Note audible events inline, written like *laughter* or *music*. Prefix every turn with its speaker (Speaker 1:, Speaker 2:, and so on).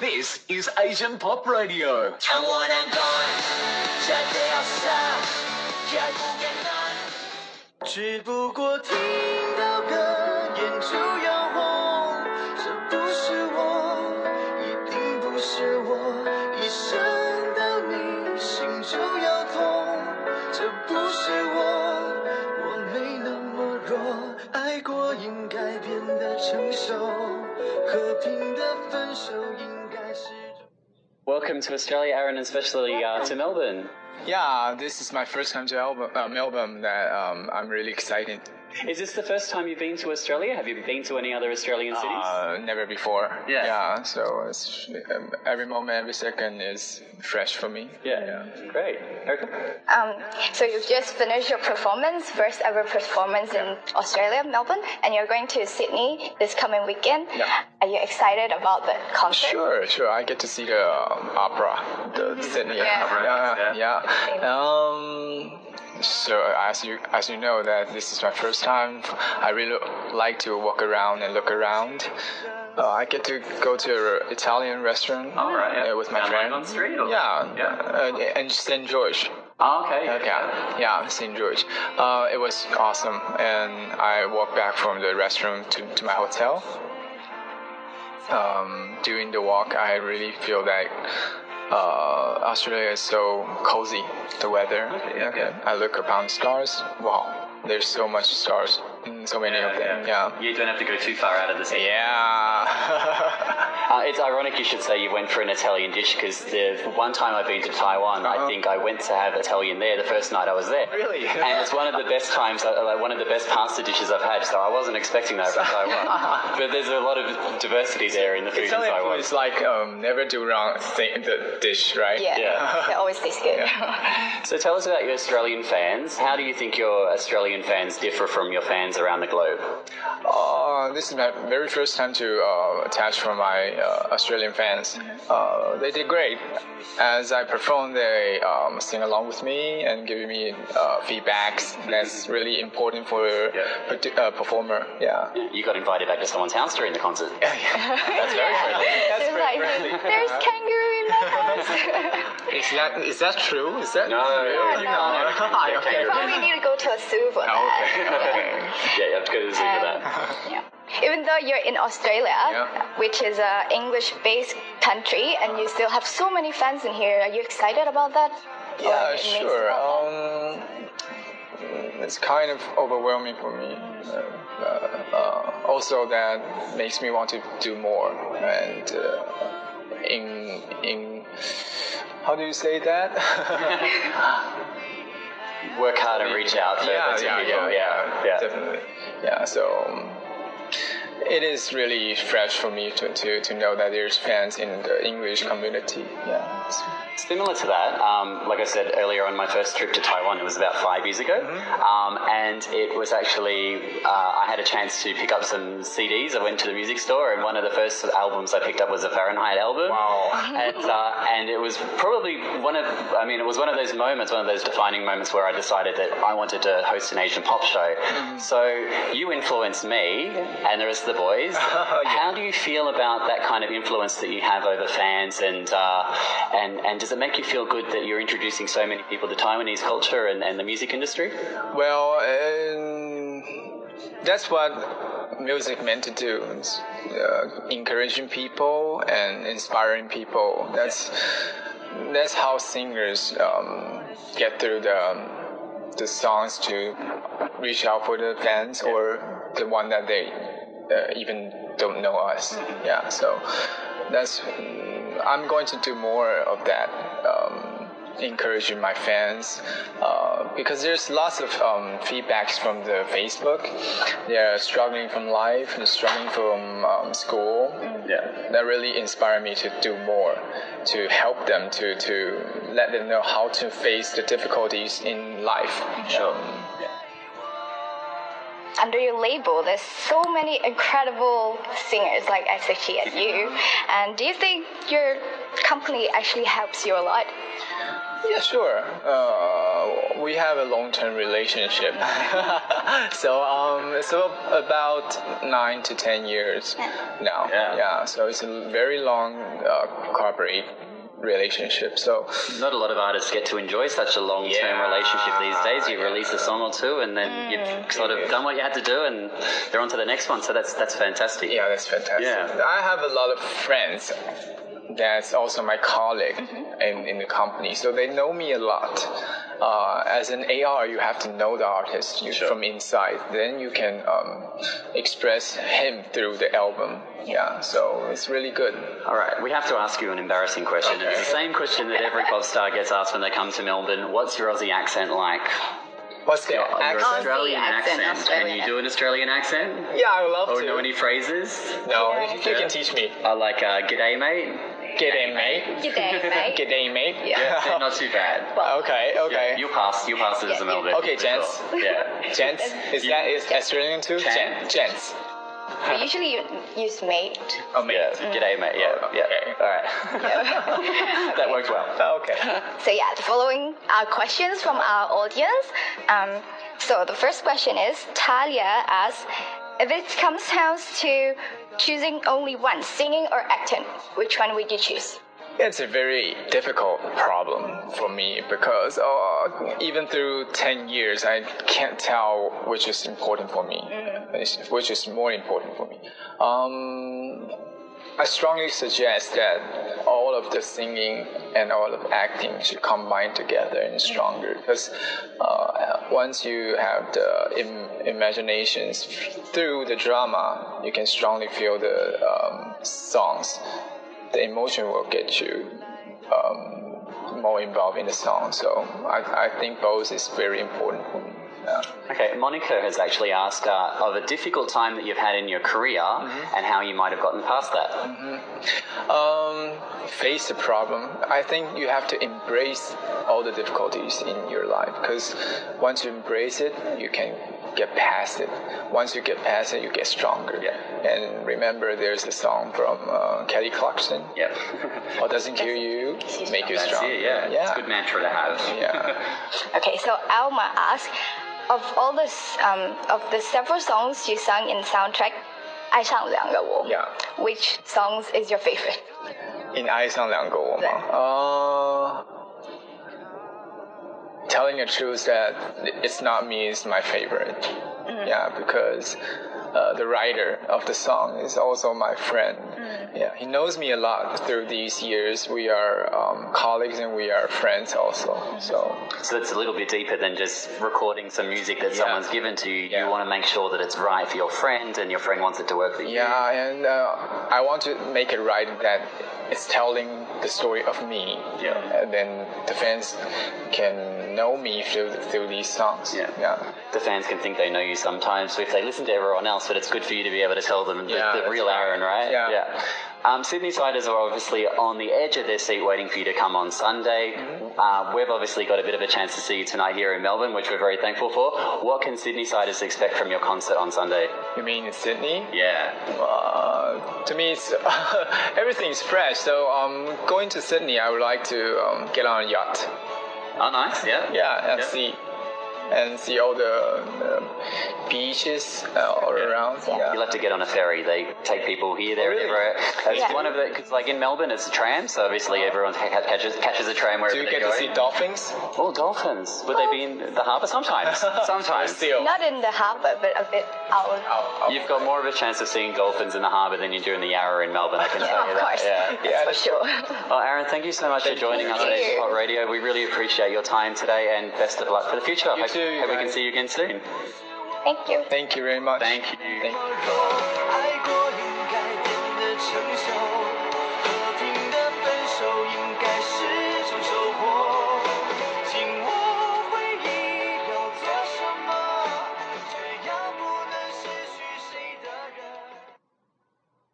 Speaker 1: This is Asian Pop Radio.
Speaker 2: 영원한 건 절대였어 결국엔 넌
Speaker 3: 只不过听到歌眼就要红，这不是我，一定不是我，一想到你心就要痛，这不是我，我没那么弱，爱过应该变得成熟，和平的分手应该是种。
Speaker 4: Welcome to Australia, Aaron, and especially uh, to Melbourne.
Speaker 5: Yeah, this is my first time to Melbourne. Uh, Melbourne that um, I'm really excited.
Speaker 4: Is this the first time you've been to Australia? Have you been to any other Australian cities?
Speaker 5: Uh, never before.
Speaker 4: Yeah.
Speaker 5: Yeah. So it's, um, every moment, every second is fresh for me.
Speaker 4: yeah. Great. Okay.
Speaker 6: Um, so you've just finished your performance, first ever performance in Australia, Melbourne, and you're going to Sydney this coming weekend.
Speaker 5: Yeah.
Speaker 6: Are you excited about the concert?
Speaker 5: Sure, sure. I get to see the um, opera, the Sydney
Speaker 6: Yeah.
Speaker 5: opera. Yeah, yeah. Um, so as you as you know that this is my first time, I really like to walk around and look around. Uh, I get to go to an Italian restaurant
Speaker 4: right, yeah.
Speaker 5: uh, with my
Speaker 4: Down
Speaker 5: friend.
Speaker 4: Lygon Street or-
Speaker 5: Yeah,
Speaker 4: Yeah.
Speaker 5: Uh, and St. George.
Speaker 4: Oh, okay.
Speaker 5: Okay, yeah, St. George. Uh, it was awesome, and I walked back from the restroom to, to my hotel. Um, during the walk, I really feel that uh, Australia is so cozy, the weather.
Speaker 4: Okay, yeah, yeah.
Speaker 5: I look upon stars. Wow, there's so much stars, and so many of them. Yeah.
Speaker 4: You don't have to go too far out of the city.
Speaker 5: *laughs* Yeah.
Speaker 4: Uh, it's ironic you should say you went for an Italian dish because the one time I've been to Taiwan, I think I went to have Italian there the first night I was there.
Speaker 5: Uh-huh. Really?
Speaker 4: And it's one of the best times, uh, like one of the best pasta dishes I've had. So I wasn't expecting
Speaker 5: *laughs*
Speaker 4: that from Taiwan. but there's a lot of diversity there in the food in
Speaker 5: Italian
Speaker 4: Taiwan.
Speaker 5: food is like um, never do wrong thing, the dish, right?
Speaker 6: Yeah.
Speaker 4: Yeah.
Speaker 6: *laughs* They always taste good.
Speaker 4: So tell us about your Australian fans. How do you think your Australian fans differ from your fans around the globe?
Speaker 5: Uh, this is my very first time to uh, attach from my uh, Australian fans. Uh, they did great. As I performed, they um, sing along with me and giving me uh, feedbacks. That's really important for a parti- uh, performer. Yeah.
Speaker 4: You got invited back to someone's house during the *laughs* concert. That's very friendly.
Speaker 6: It's like, there's kangaroo in
Speaker 5: *laughs*
Speaker 6: my house.
Speaker 5: Is that is that true? Is that
Speaker 4: No,
Speaker 5: real?
Speaker 4: you
Speaker 6: No.
Speaker 4: can't.
Speaker 5: *laughs* Okay.
Speaker 6: you probably need to go to a zoo for that.
Speaker 5: *laughs* Okay.
Speaker 4: Yeah, you have to go to the zoo for that.
Speaker 6: *laughs* Yeah. Even though you're in Australia,
Speaker 5: Yeah.
Speaker 6: which is a English-based country, and you still have so many fans in here, are you excited about that? Or are you
Speaker 5: Yeah,
Speaker 6: amazed
Speaker 5: sure.
Speaker 6: about that?
Speaker 5: Um, it's kind of overwhelming for me. Uh, uh, also, that makes me want to do more. And uh, in in how do you say
Speaker 4: *laughs*
Speaker 5: that? *laughs*
Speaker 4: Um, Work hard and reach out further to people. yeah.
Speaker 5: definitely. Yeah, so. um, It is really fresh for me to, to, to know that there's fans in the English community. Yeah, it's
Speaker 4: Similar to that, um, like I said earlier on my first trip to Taiwan, it was about five years ago, um, and it was actually uh, I had a chance to pick up some CDs. I went to the music store, and one of the first albums I picked up was a Fahrenheit album. Wow! and, uh, and it was probably one of I mean it was one of those moments, one of those defining moments where I decided that I wanted to host an Asian pop show. So you influenced me and the rest of the boys. How do you feel about that kind of influence that you have over fans, and uh, and and does it make you feel good that you're introducing so many people to Taiwanese culture and, and the music industry?
Speaker 5: Well, um, that's what music meant to do. It's, uh, encouraging people and inspiring people. That's that's how singers um, get through the um, the songs to reach out for the fans or the one that they uh, even don't know us. Yeah, so that's I'm going to do more of that. Um, encouraging my fans uh, because there's lots of um, feedbacks from the Facebook. They're struggling from life, they're struggling from um, school.
Speaker 4: Mm-hmm. Yeah.
Speaker 5: That really inspired me to do more, to help them, to, to let them know how to face the difficulties in life. Sure.
Speaker 6: under your label, there's so many incredible singers like E Asahi and you. And do you think your company actually helps you a lot?
Speaker 5: Yeah, sure. Uh, we have a long-term relationship, *laughs* so um, it's a- about nine to ten years now.
Speaker 4: Yeah.
Speaker 5: So it's a very long uh, corporate relationship. So
Speaker 4: Not a lot of artists get to enjoy such a long-term
Speaker 5: Yeah.
Speaker 4: relationship these days. You release a song or two, and then you've sort of done what you had to do, and they're on to the next one. So that's that's fantastic.
Speaker 5: yeah, that's fantastic.
Speaker 4: Yeah.
Speaker 5: I have a lot of friends. That's also my colleague
Speaker 4: Mm-hmm.
Speaker 5: in, in the company, so they know me a lot. Uh, as an AR, you have to know the artist you, from inside. Then you can um, express him through the album. Yeah, so it's really good.
Speaker 4: All right, we have to ask you an embarrassing question. It's the same question that every pop star gets asked when they come to Melbourne. What's your Aussie accent like?
Speaker 5: What's the
Speaker 4: Your
Speaker 5: accent?
Speaker 4: Australian
Speaker 6: accent,
Speaker 4: accent. Can
Speaker 6: Australian
Speaker 4: you do an Australian accent?
Speaker 5: Oh, Yeah, I would love
Speaker 4: Or
Speaker 5: to.
Speaker 4: Oh, know any phrases?
Speaker 5: No, you you can teach me.
Speaker 4: I like uh, "G'day, mate."
Speaker 5: Get in, mate. *laughs*
Speaker 6: G'day, mate.
Speaker 5: Get in, mate. *laughs*
Speaker 4: Yeah, not too bad.
Speaker 5: Oh, okay, okay.
Speaker 4: Yeah, you pass. You pass it as a
Speaker 6: Yeah, yeah.
Speaker 4: Melbourne.
Speaker 5: Okay, gents. *laughs*
Speaker 4: Yeah.
Speaker 5: Gents, is
Speaker 4: You-
Speaker 5: that is Australian too?
Speaker 4: Gen-
Speaker 5: Gen- Gents.
Speaker 6: We usually u- use mate.
Speaker 5: Oh, mate.
Speaker 4: Yeah. G'day, mate. Yeah. Yeah.
Speaker 5: Okay.
Speaker 4: All right. *laughs* that worked well.
Speaker 5: Oh, okay. *laughs*
Speaker 6: So yeah, the following are questions from our audience. Um, so the first question is Talia asks, if it comes down to choosing only one, singing or acting, which one would you choose?
Speaker 5: It's a very difficult problem for me because uh, even through 10 years, I can't tell which is important for me, which- which is more important for me. Um, I strongly suggest that all of the singing and all of acting should combine together in stronger because uh, once you have the Im- imaginations through the drama, you can strongly feel the um, songs the emotion will get you um, more involved in the song. So I, I think both is very important for me. Yeah.
Speaker 4: Okay, Monica has actually asked uh, of a difficult time that you've had in your career
Speaker 5: Mm-hmm.
Speaker 4: and how you might have gotten past that.
Speaker 5: Um, face the problem. I think you have to embrace all the difficulties in your life because once you embrace it, you can get past it. Once you get past it, you get stronger.
Speaker 4: Yeah.
Speaker 5: And remember, there's a song from uh, Kelly Clarkson.
Speaker 4: Yep. *laughs*
Speaker 5: What doesn't kill you, make you
Speaker 4: That's
Speaker 5: strong.
Speaker 4: it. Yeah. It's
Speaker 5: Yeah.
Speaker 4: a good mantra to have. *laughs*
Speaker 5: yeah.
Speaker 6: Okay, so Alma asks, of all the s- um, of the several songs you sung in soundtrack, 爱上两个我,
Speaker 5: Yeah.
Speaker 6: which songs is your favorite?
Speaker 5: 你爱上两个我吗？呃、t e l l i n g the truth that it's not me is my favorite. Yeah, because uh, the writer of the song is also my friend. Yeah, he knows me a lot through these years. We are um, colleagues and we are friends also. So
Speaker 4: So it's a little bit deeper than just recording some music that someone's given to you.
Speaker 5: Yeah.
Speaker 4: You want to make sure that it's right for your friend and your friend wants it to work for you.
Speaker 5: yeah, and uh, I want to make it right that it's telling the story of me.
Speaker 4: Yeah.
Speaker 5: and then the fans can know me through through these songs.
Speaker 4: Yeah.
Speaker 5: yeah.
Speaker 4: The fans can think they know you sometimes if they listen to everyone else, but it's good for you to be able to tell them the,
Speaker 5: Yeah,
Speaker 4: the
Speaker 5: that's
Speaker 4: real
Speaker 5: right.
Speaker 4: Aaron, right?
Speaker 5: Yeah.
Speaker 4: Um, Sydney Siders are obviously on the edge of their seat waiting for you to come on Sunday.
Speaker 5: Mm-hmm.
Speaker 4: Uh, we've obviously got a bit of a chance to see you tonight here in Melbourne, which we're very thankful for. What can Sydney Siders expect from your concert on Sunday?
Speaker 5: You mean in Sydney?
Speaker 4: Yeah.
Speaker 5: Uh, to me, it's *laughs* everything is fresh. So um, going to Sydney, I would like to um, get on a yacht.
Speaker 4: Oh, nice. Yeah.
Speaker 5: Yeah, and
Speaker 4: Yeah.
Speaker 5: see and see all the um, beaches uh, all around. Yeah.
Speaker 4: You'll have to get on a ferry. They take people here, there,
Speaker 5: Oh, really?
Speaker 4: and everywhere. That's
Speaker 6: Yeah.
Speaker 4: one of the because, like in Melbourne, it's a tram, so obviously everyone ca- ca- catches catches a tram wherever
Speaker 5: Do you
Speaker 4: they
Speaker 5: get
Speaker 4: go.
Speaker 5: to see dolphins?
Speaker 4: Oh, dolphins! Would they be in the harbour?
Speaker 5: *laughs*
Speaker 4: Sometimes, sometimes.
Speaker 5: Seal.
Speaker 6: Not in the harbour, but a bit out.
Speaker 5: Oh, oh.
Speaker 4: You've got more of a chance of seeing dolphins in the harbour than you do in the Yarra in Melbourne. I can tell
Speaker 6: Of
Speaker 4: you
Speaker 5: *laughs*
Speaker 4: that.
Speaker 6: course,
Speaker 4: Yeah.
Speaker 5: Yeah,
Speaker 6: *laughs* for
Speaker 5: that's-
Speaker 6: sure.
Speaker 4: Oh, Aaron, thank you so much for joining us on
Speaker 6: Thank you.
Speaker 4: Asian Pop Radio. We really appreciate your time today, and best of luck for the future.
Speaker 5: You
Speaker 4: hope
Speaker 5: too, you
Speaker 4: hope we can
Speaker 5: guys.
Speaker 4: see you again soon.
Speaker 6: Thank you.
Speaker 5: Thank you very much.
Speaker 4: Thank you.
Speaker 5: Thank you.
Speaker 2: Thank